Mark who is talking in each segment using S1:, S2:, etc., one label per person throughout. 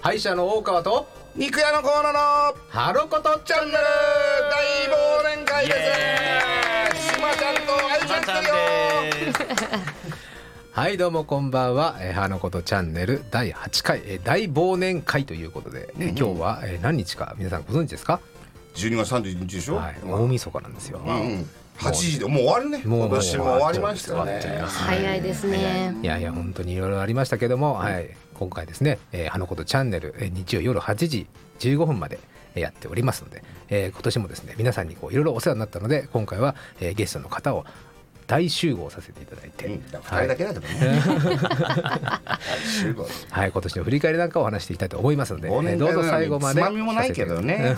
S1: 敗者の大川と
S2: 肉屋のコーナーの
S1: ハロコトチャンネル
S2: 大忘年会です
S1: イエーイ
S2: 島ちゃんと愛ちゃん来てるよ
S1: はいどうもこんばんは、えー、ハロコトチャンネル第8回、えー大忘年会ということで、えー今日は、えー何日か皆さんご存知ですか、
S2: 12月31日でしょ、
S1: はい、大晦日なんですよ、
S2: うん、8時でもう終わるね今年も終わりました
S1: 終わっちゃいま
S2: ね
S1: す
S3: 早いですね。
S1: いやいや本当にいろいろありましたけども、はい、今回ですね「えー、花ことチャンネル」えー日曜夜8時15分までえーやっておりますので、えー今年もですね皆さんにこういろいろお世話になったので今回は、えーゲストの方を大集合させていただいて、
S2: うん、2
S1: は
S2: 人
S1: い
S2: だけだけど ね集合
S1: はい、今年の振り返りなんかをお話していきたいと思いますので、え
S2: 忘
S1: ー
S2: 年
S1: どう
S2: 会
S1: ぞ
S2: な
S1: 最後
S2: のに
S1: ま
S2: つ
S1: で
S2: まみもないけどね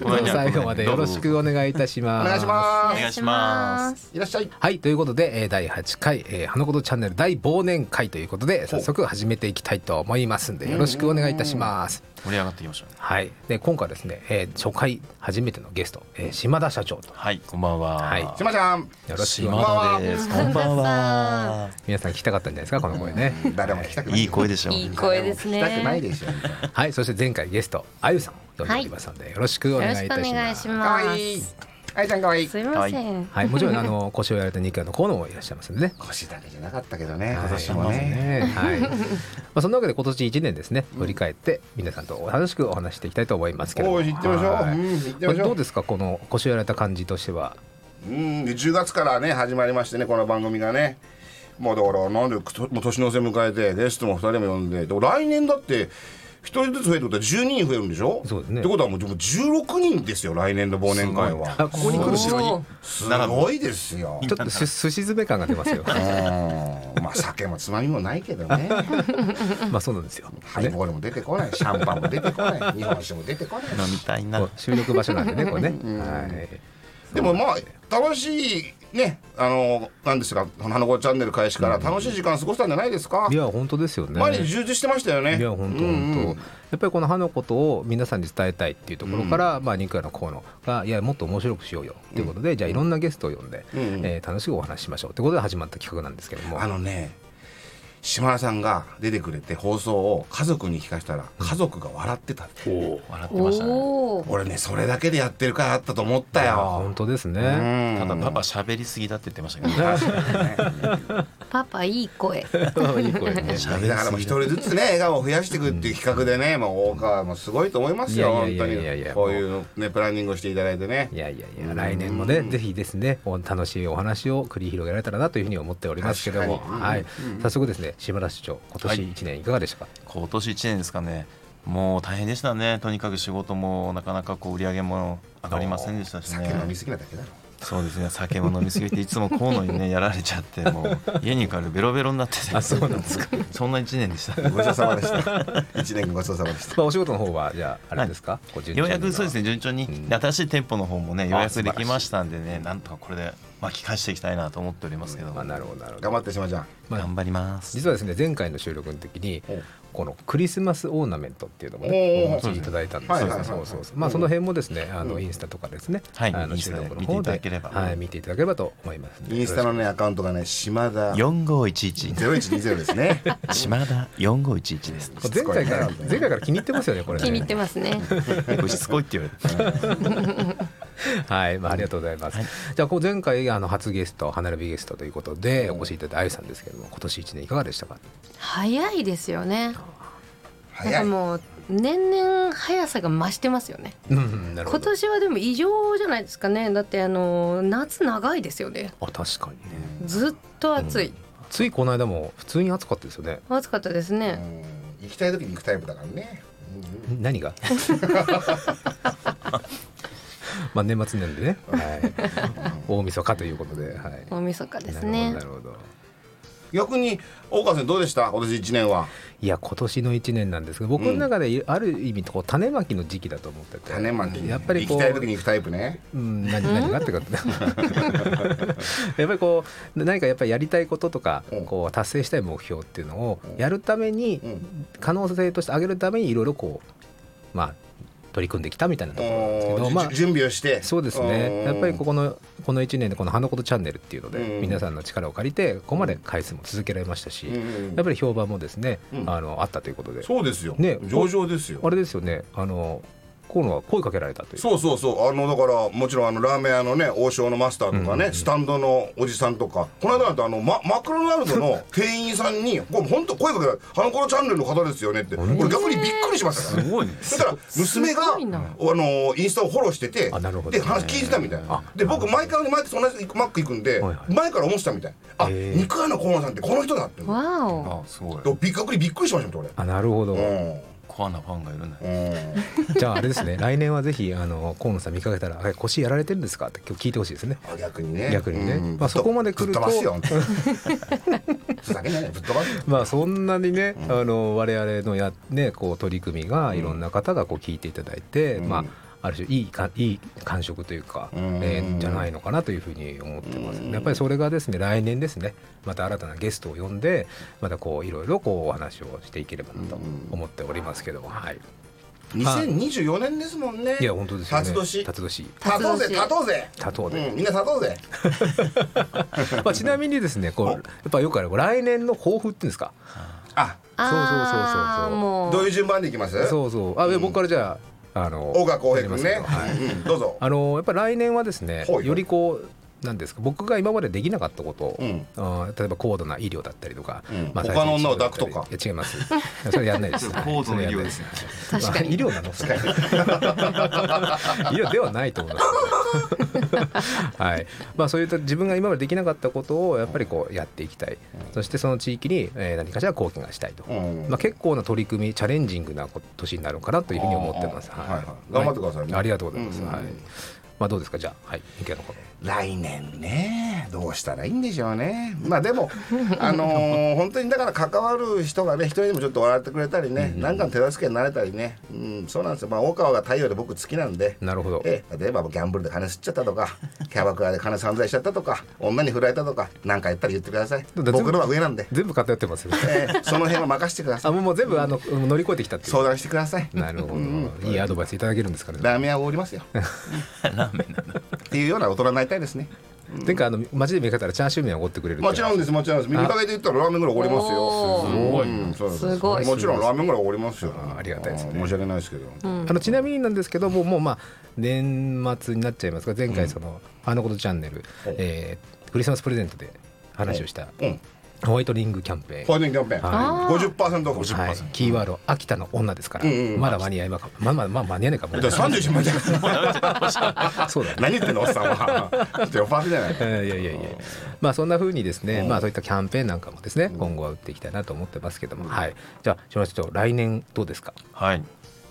S1: どうぞ最後までよろしくお願いいたし
S2: お
S1: ます。
S2: 願いしま
S4: お願いします
S2: いらっしゃい
S1: はいということで、えー第8回「えー花言チャンネル大忘年会」ということで早速始めていきたいと思いますんでよろしくお願いいたします。
S4: 盛り上がってきましたね
S1: はい、で今回ですね、えー初回初めてのゲスト、えー島田社長と
S4: はいこんばんは
S1: はい
S2: 島ちゃん
S1: よろしくお願いしま
S4: 島田ですこんばんは
S1: す皆さん聞きたかったんじゃないですかこの声ね
S2: 誰も聞きたくない
S4: いい声でしょ
S3: いい声ですね。
S2: 聞きたくないでしょ
S1: はいそして前回ゲストあゆさんを呼んでおりますので、よろしくお
S3: よ
S1: 願
S3: ろ
S1: い
S3: し
S1: い
S3: くお
S1: たし
S3: 願
S1: ま
S3: い
S1: す
S3: し
S2: 可
S3: ま
S2: 愛い
S3: す。
S2: 愛ちゃん可愛い
S3: すみません。
S1: はいもちろんあの腰をやられた肉屋のコーナーもいらっしゃいますんでね
S2: 腰だけじゃなかったけどね今年
S1: は
S2: も
S1: い
S2: ね
S1: はいまあそんなわけで今年一年ですね振り返って皆さんと楽しくお話していきたいと思いますけれど
S2: お
S1: も
S2: い行ってみましょう、
S1: はい
S2: うん行ってみましょ
S1: ど
S2: う
S1: うですかこの腰をやられた感じとしては
S2: うん、で10月からね始まりましてねこの番組がねもうだからなんでくともう年の瀬迎えてゲストも2人も呼んでで来年だって1人ずつ増えるってことは12人増えるんでしょ
S1: そうですね
S2: ってことはもうでも16人ですよ来年の忘年会は
S1: あここに来る
S3: す
S1: ちょ
S3: ごい
S1: っ
S2: すごいですよ。う
S1: とすすし詰め感が出ますよ
S2: んまあ酒もつまみもないけどね
S1: まあそうなんですよ
S2: ハイボールも出てこないシャンパンも出て こない日本酒も出てこない
S4: 飲みたいな
S1: こう収録場所なん でね、これね。はい。
S2: でもまあ楽しいねあのなんですか「花子チャンネル」開始から楽しい時間過ごしたんじゃないですか
S1: いや、本当ですよね。
S2: 毎日充実してましたよね
S1: いや本当本当、やっぱりこの歯のことを皆さんに伝えたいっていうところから、まあ肉屋の河野がいやもっと面白くしようよっていうことで、じゃあいろんなゲストを呼んで、
S2: うんうん
S1: えー楽しくお話ししましょうってことで始まった企画なんですけども
S2: あのね島田さんが出てくれて放送を家族に聞かしたら家族が笑ってたって
S4: 笑ってましたね
S3: おお。
S2: 俺ねそれだけでやってる回あったと思っ
S1: い
S2: た
S1: や
S2: よ
S1: 本当ですね、
S2: うん
S4: ただパパ喋りすぎだって言ってましたけど
S3: パパいい声。
S1: い い声ね
S2: だからもう一人ずつね笑顔を増やしていくっていう企画でねもう大川もすごいと思いますよ
S1: いや
S2: 本
S1: い
S2: 当
S1: やいやいやい
S2: に
S1: や
S2: こういうねプランニングをしていただいてね
S1: いやいやいや来年もねぜひですねお楽しいお話を繰り広げられたらなというふうに思っておりますけども、
S2: 確かに
S1: はい、早速ですね島田市長今年一年いかがでしたか、
S4: 今年1年ですかねもう大変でしたねとにかく仕事もなかなかこう売り上げも上がりませんでしたし
S2: 酒飲み
S4: ね
S2: すぎなだけだろ
S4: そうですね酒も飲みすぎていつも河野にねやられちゃってもう家に帰るベロベロになってて
S1: あそうなんです
S4: かそんな1年でした
S2: ごちそうさまでした一年ごちそうさまでした
S1: まあ、お仕事の方はじゃああれですか、こ順調
S4: よう
S1: には
S4: やくそうですね順調に、
S1: ん
S4: で新しい店舗の方もね予約できましたんで
S2: 素晴ら
S4: ね
S2: しい
S4: なんとかこれで巻き返していきたいなと思っておりますけど、
S1: まあ、なるほどなるほど
S2: 頑張って島ちゃん
S1: まあ
S4: 頑張ります
S1: 実はですね前回の収録の時に
S2: お
S1: このクリスマスオーナメントっていうのも
S2: お
S1: ね
S2: ー
S1: お持ちいただいたんです
S2: はい
S1: そう
S2: はいはい
S1: そうそうそうまあその辺もですねあのインスタとかですね、
S4: はい
S1: あの
S4: インス
S1: 収
S4: タで
S1: 録の方
S4: 見ていた
S1: で
S4: だければ
S1: はい見ていただければと思いますんで
S2: インスタのねアカウントがね島田
S4: 4511
S2: 0120で すね
S4: 島田4511です
S1: これ前回から
S2: しつこいね
S1: 前回から気に入ってますよねこれね
S3: 気に入ってますね。
S4: 結構しつこいって言われて
S1: はい、まあ、ありがとうございます。じゃあ、こう前回、あの初ゲスト、花火ゲストということで、お越しいただいたあゆさんですけども、今年一年いかがでしたか。
S3: 早いですよね。なん
S2: 早
S3: か
S2: い
S3: もう年々速さが増してますよね。
S1: うんうん、なるほ
S3: 今
S1: ど。
S3: 年はでも異常じゃないですかね。だってあの夏長いですよね。
S1: あ、確かにね。
S3: ずっと暑い。
S1: ついこの間も、普通に暑かったですよね。
S3: 暑かったです
S2: う
S3: ね。
S2: ん行きたい時に行くタイプだからね
S1: ん何が。 まあ、年末なんでね。はい。 大晦日ということで。はい。
S3: 大晦日ですね
S1: な。るほどなるほど
S2: 逆に大川さんどうでした今年一年はい
S1: や今年の1年なんですけど僕の中でいある意味こう種まきの時期だと思ってて
S2: 種まき
S1: やっぱりこ
S2: 行
S1: う
S2: きたい時に行くタイプね
S1: うん、何何がってこと やっぱりこう何かやっぱりやりたいこととか
S2: うん
S1: こう達成したい目標っていうのを
S2: うん
S1: やるために
S2: うん
S1: 可能性として上げるためにいろいろこうまあ取り組んできたみたいなところなんですけ
S2: お
S1: ど、
S2: ーじ
S1: まあ、
S2: 準備をして
S1: そうです
S2: うん
S1: ねやっぱりここのこの1年でこの「花言チャンネル」っていうので、
S2: うん
S1: 皆さんの力を借りてここまで回数も続けられましたし、
S2: うんうん
S1: やっぱり評判もですね、
S2: うん
S1: あのあったということで
S2: そうですよ、
S1: ね
S2: 上々ですよ
S1: あれですよねあのこういうのは声かけられたという
S2: そうそうそうあのだからもちろんあのラーメン屋のね王将のマスターとかね、スタンドのおじさんとかこの間なんてあの、ママクドナルドの店員さんに「これ本当声かけられた花子チャンネルの方ですよね」って俺逆にびっくりしましたから、
S4: すごいね
S2: そしたら娘が
S3: す
S2: あ
S3: ごいな
S2: のインスタをフォローしてて
S1: あなるほど
S2: で話聞いてたみたいなで僕毎回毎回同じマック行くんで
S1: はいはい
S2: 前から思ってたみたいあ
S1: へえ
S2: 肉屋の河野さんってこの人だってで
S3: わお。
S4: あすごい
S2: びっくりびっくりしましたもん
S1: あなるほど、
S2: 俺うん
S4: コアなファンがいるね
S2: うん
S1: じゃああれです ね来年はぜひあの河野さん見かけたらあれ腰やられてるんですかって今日聞いてほしいですね
S2: あ逆にね
S1: 逆にね
S2: うん
S1: まあそこまで来ると
S2: ぶっ飛ばすよ本当にふざけんじゃないぶっ飛 ばすよ
S1: まあそんなにね、あの我々のやねこう取り組みがいろんな方がこう聞いていただいて、
S2: うん
S1: まあある種いいかいい感触というか、
S2: うん
S1: えーじゃないのかなというふうに思ってます、
S2: うん
S1: やっぱりそれがですね来年ですねまた新たなゲストを呼んでまたこういろいろこうお話をしていければなと思っておりますけども、はい、
S2: 2024年ですもんね
S1: いや本当ですよね
S2: 辰年
S1: 辰年
S2: 立とうぜ
S3: 辰年
S2: 立とうぜ
S1: 多頭で、
S2: うんみんな立とうぜ
S1: まあ、ちなみにですねこうやっぱよくある来年の抱負っていうんですか
S2: あ
S3: あーも
S2: どういう順番でいきます
S1: そうそうあ、で僕からじゃああの
S2: 大川浩平君
S1: やり
S2: ね
S1: ますけどはい
S2: うんうんどうぞ
S1: あのやっぱ来年はですね、
S2: はいはい
S1: よりこうなんですか僕が今までできなかったことを、
S2: うん
S1: あー例えば高度な医療だったりとか、
S2: うん
S1: まあ
S2: 他の女を抱くとか
S1: いや違いますそれやんない です
S4: 高度な医療ですね
S1: はいそれやんないですまあ医療なのそれ 医療ではないと思いますけどはいまあそういった自分が今までできなかったことをやっぱりこうやっていきたい、そしてその地域に、えー何かしら貢献がしたいと、
S2: うん
S1: まあ、結構な取り組みチャレンジングなこ年になるかなというふうに思ってます、
S2: あー
S1: はい
S2: はいはい頑張ってくださいね
S1: ありがとうございます、
S2: うんうんうん
S1: はいまあどうですかじゃあはい池谷の方
S2: 来年ねどうしたらいいんでしょうねまあでもあ のー本当にだから関わる人がね一人でもちょっと笑ってくれたりね何かの手助けになれたりねうんそうなんですよまあ大川が太陽で僕好きなんで
S1: なるほど
S2: ええ例えばギャンブルで金吸っちゃった とかキャバクラで金散財しちゃったとか女に振られたとか何か言ったら言ってください
S1: だって
S2: 僕のは上なんで、
S1: 全部偏ってますよ
S2: ええその辺は任せてくだ さ
S1: あ
S2: い
S1: もうもう全部あの乗り越えてきたっていう
S2: 相談してください
S1: なるほどいいアドバイスいただけるんですかね
S2: ラーメン屋をおり ますよラーメンっていうような大人になりたいですね
S1: 前回あの街で見かけたらチャーシュー麺をおごってくれるって
S2: もちろんですもちろんです見かけて言ったらラーメンぐらいおごりますよす
S3: お
S2: ごい、うんそうです
S3: すごい
S2: もちろんラーメンぐらいおごりますよ
S1: あありがたいですね
S2: うん申し訳ないですけど、
S1: あのちなみになんですけどももうまあ年末になっちゃいますが前回その「あのことチャンネル」えークリスマスプレゼントで話をした
S2: うん
S1: ホワイトリングキャンペーン
S2: ファイティングキャンペーン、
S3: はい
S2: 50%オフ
S1: はい
S2: 50%、
S1: キーワード秋田の女ですから、
S2: うんうん
S1: まだ間に合いまかまあまあまあ間に合わない かも
S2: だから31万じゃん
S1: そうだね
S2: 何言ってんのおっさんは4%パーじゃない
S1: いやいやいやいやまあそんな風にですね、まあそういったキャンペーンなんかもですね、今後は打っていきたいなと思ってますけども、はいじゃあ島田社長来年どうですか
S4: はい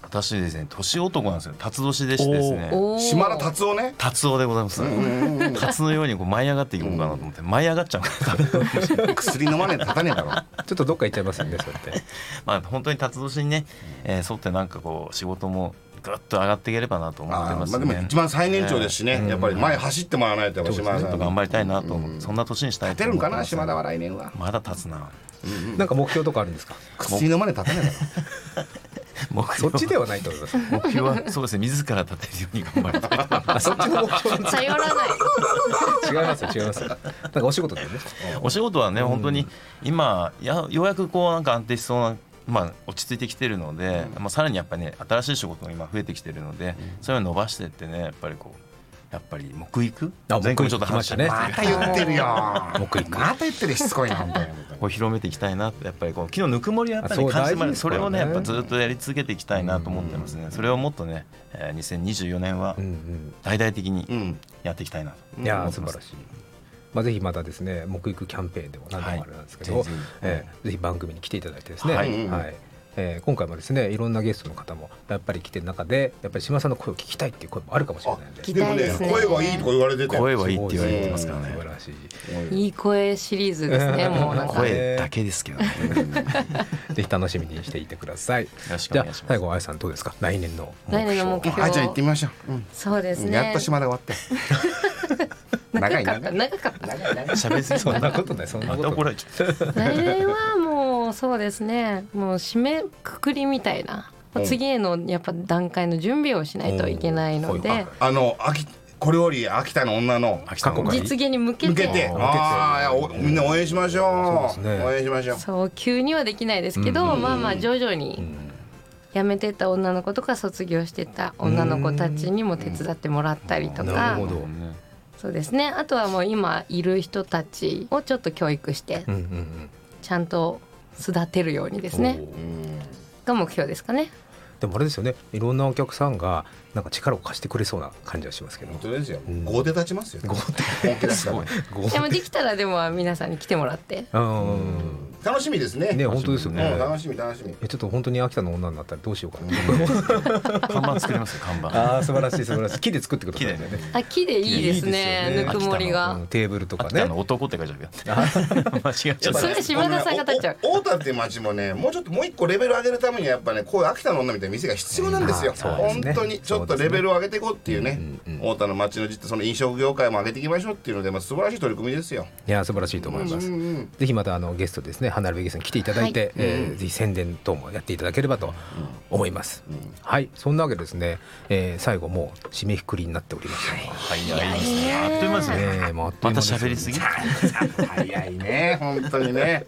S4: 私ですね年男なんですよ辰年でしてですね
S3: うおー
S2: 島田達夫ね
S4: 達夫でございます。達のようにこう舞い上がっていこうかなと思って、舞い上がっちゃうから。
S2: 薬飲まねえと立たねえだろ
S1: ちょっとどっか行っちゃいますよねそうやって
S4: まあ本当に達年にね、えー、沿ってなんかこう仕事もぐっと上がっていければなと思って
S2: あー
S4: ま
S2: ますあで
S4: ね
S2: も。一番最年長ですしね、やっぱり前走ってもらわないとやっぱ島田
S4: ち
S2: さ
S4: ょっ
S2: ん
S4: と頑張りたいなと思う、そんな年にしたい
S2: 立
S4: と
S2: てるん
S4: 思って
S2: か
S4: ま
S2: な
S4: す
S2: 島田は来年は
S4: まだ立つな。
S1: なんか目標とかあるんですか
S2: 薬飲まねえと立たねえだろ
S1: そ
S4: 目
S1: っ
S4: 標
S1: ちではないと思い ます
S4: 目標はそうですね自ら立てるように頑張りたい。
S1: あそっちの目標なんです
S3: 頼らない。
S1: 違いますよ違いますよなんかお仕事でね
S4: お仕事はね本当に今やようやくこうなんか安定しそうな。まあ、落ち着いてきてるので、まあ、さらにやっぱりね新しい仕事も今増えてきてるので、それを伸ばしてってねやっぱりこうやっぱり目育
S1: あ
S4: 全国
S1: 目育
S4: ちょっと話しちゃいました
S2: ま
S4: ね
S2: た言ってるよ
S1: 僕行く
S2: また言ってるしつこいな本当に
S4: こう広めていきたいなってやっぱりこう昨日ぬくもりやっぱ
S1: あそ
S4: り
S1: う
S4: 感じ
S1: 大事
S4: まで
S1: です
S4: そ
S1: から
S4: れ
S1: ね
S4: をねやっぱずっとやり続けていきたいなと思ってますねそれをもっとね、えー、2024年は
S1: うん
S4: 大々的
S2: う
S4: に
S2: ん
S4: やっていきたいなと、
S1: うんいやー素晴らしいまあぜひまたですね目育キャンペーンでも何でもあれなんですけど、
S4: はいぜひ
S1: えーぜひ番組に来ていただいてですね、
S4: はい
S1: はいえー今回もですねいろんなゲストの方もやっぱり来てる中でやっぱり島さんの声を聞きたいっていう声もあるかもしれないんで
S3: 聞き
S2: でも
S3: 痛い
S2: ね
S3: ですね
S2: 声がいいとか言われてて
S4: 声はいいって言われてますから
S1: 素晴
S4: ね
S1: らしい
S3: いい声シリーズですね。もうなんか。
S4: 声だけですけどね
S1: ぜひ楽しみにしていてください
S4: ろしくお
S1: じゃ
S4: 願いしま
S1: あ
S4: す
S1: 最後あやさんどうですか来年の目
S3: 来
S1: 標
S3: 年の目標。
S2: あじゃあ行ってみましょううん
S3: そうですね。
S2: やっと島田終わって長い
S3: 長かった
S2: 長い
S3: 長かった。
S2: 長い長い
S4: 喋りすぎ
S1: そんなことないそんな
S4: ま
S1: こ
S4: た
S1: と
S4: 怒
S1: な
S4: ら
S1: い
S4: れちゃった
S3: 来年はもうそうですね。もう締めくくりみたいなまあ、次へのやっぱ段階の準備をしないといけないので、
S2: あの秋これより秋田の女の
S4: 秋田の
S1: 過去がいい
S3: 実現に向け
S2: 向
S3: て
S2: けて
S1: あー
S2: あーいやおみんな応援しましょう
S1: そうですね
S2: 応援しましょう
S3: そう急にはできないですけど、まあまあ徐々に辞めてった女の子とか卒業してた女の子たちにも手伝ってもらったりと
S1: な
S3: か
S1: るほど
S4: ね
S3: そうですねあとはもう今いる人たちをちょっと教育して
S1: うんうんうん
S3: ちゃんと育てるようにですね
S1: おー
S3: が目標ですかね。
S1: でもあれですよねいろんなお客さんがなんか力を貸してくれそうな感じはしますけど
S2: 本当ですよ
S1: ん
S2: 豪で立ちますよ
S1: 豪
S2: 本気です
S4: す
S2: か
S4: ご
S2: ら
S4: い
S1: ご
S3: でもできたらでも皆さんに来てもらって
S1: うん
S2: 楽しみですね
S1: ね本当ですよ
S2: うん
S1: ね
S2: 楽しみ楽しみ
S1: えちょっと本当に秋田の女になったらどうしようかな
S4: 看板作りますよ看板
S1: ああ素晴らしい素晴らしい木で作ってください
S4: 木
S1: ね
S3: あ木でいいですね
S1: いいですよね
S3: ぬくもりが、
S1: うんテーブルとか
S4: 秋田
S1: ね
S4: の男って書いてあるけど 間違えちゃっ
S3: そ
S4: た
S3: れ島田さんが立っちゃう
S2: このねおお太田っていう町もねもうちょっともう一個レベル上げるためにはやっぱねこういう秋田の女みたいな店が必要なんですよ、
S1: うんそうですね
S2: 本当にちょっとレベルを上げていこうっていうね
S1: うんうん
S2: 太田の町の実その飲食業界も上げていきましょうっていうので、まあ、素晴らしい取り組みですよ
S1: いや素晴らしいと思います、
S2: うんうん
S1: ぜひまたあのゲストですね花火ゲストに来ていただいて、
S3: はい
S1: えーぜひ宣伝等もやっていただければと思います、はいそんなわけでですね、えー最後もう締めくくりになっておりました、
S4: 早いですねあっという間ですね
S1: えーもうあっとい
S4: ま
S1: う間で
S4: た
S1: すよ
S4: 喋 りすぎ
S2: 早いね本当にね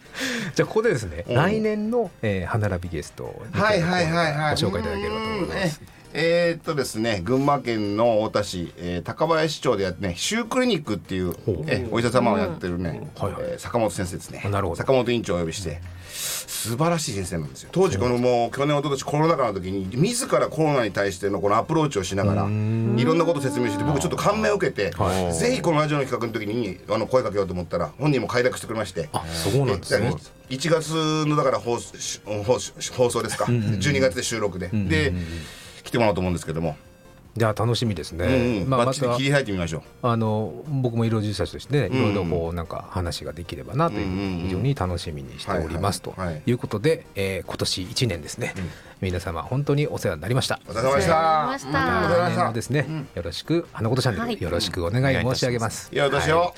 S1: じゃあここでですね、
S2: うん
S1: 来年の、えー、花火ゲストを見ていただ
S2: は
S1: け
S2: い
S1: れば
S2: はいはいはい。
S1: ご紹介いただければと思います。
S2: うん。えーっとですね、群馬県の太田市、えー高林町でやってね、シュークリニックっていう
S1: ほう
S2: えお医者様をやってるね、
S1: うんはいはい
S2: えー坂本先生ですね。
S1: なるほど
S2: 坂本院長をお呼びして。素晴らしい先生なんですよ当時このもう去年一昨年コロナ禍の時に自らコロナに対してのこのアプローチをしながらいろんなことを説明して僕ちょっと感銘を受けて
S1: はい
S2: ぜひこのラジオの企画の時にあの声かけようと思ったら本人も快諾してくれまして
S1: あ、そうなんですね。
S2: 1月のだから放送し放送放送ですか、12月で収録で、で来てもらおうと思うんですけども、
S1: じゃあ楽しみですね。
S2: うんうん
S1: まあ
S2: バッ
S1: ま
S2: チリ
S1: た
S2: 切り開いてみましょう
S1: あの僕も医療従事者としていろいろこうなんか話ができればなという
S2: うんうんうん
S1: 非常に楽しみにしておりますと
S2: はいはいはい
S1: いうことで、えー今年一年ですね、皆様本当にお世話になりました。
S2: お疲れ様でした
S3: お疲れ様でした
S2: うんお疲れ様
S1: 来
S2: でし
S1: 年もで
S2: た
S1: すね、よろしく花子とチャンネル、
S3: はい
S1: よろしくお願い申し上げます。
S2: いや私よ、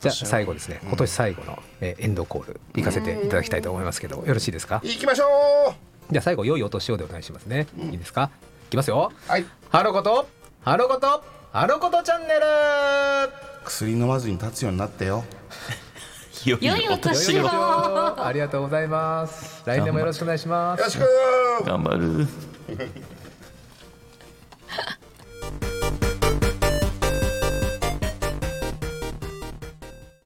S1: じゃあ最後ですね、今年最後の、えーエンドコール行かせていただきたいと思いますけど、よろしいですか？
S2: 行きましょ
S1: じゃあ最後良いお年をでお願いしますね。いいですか？いきますよ。
S2: うはい
S1: ハロコとハロコとハロコとチャンネル。
S2: 薬飲まずに立つようになったよ
S4: 良
S3: 良いお年を
S1: ありがとうございます。来年もよろしくお願いします
S2: よろ。しく
S4: 頑張る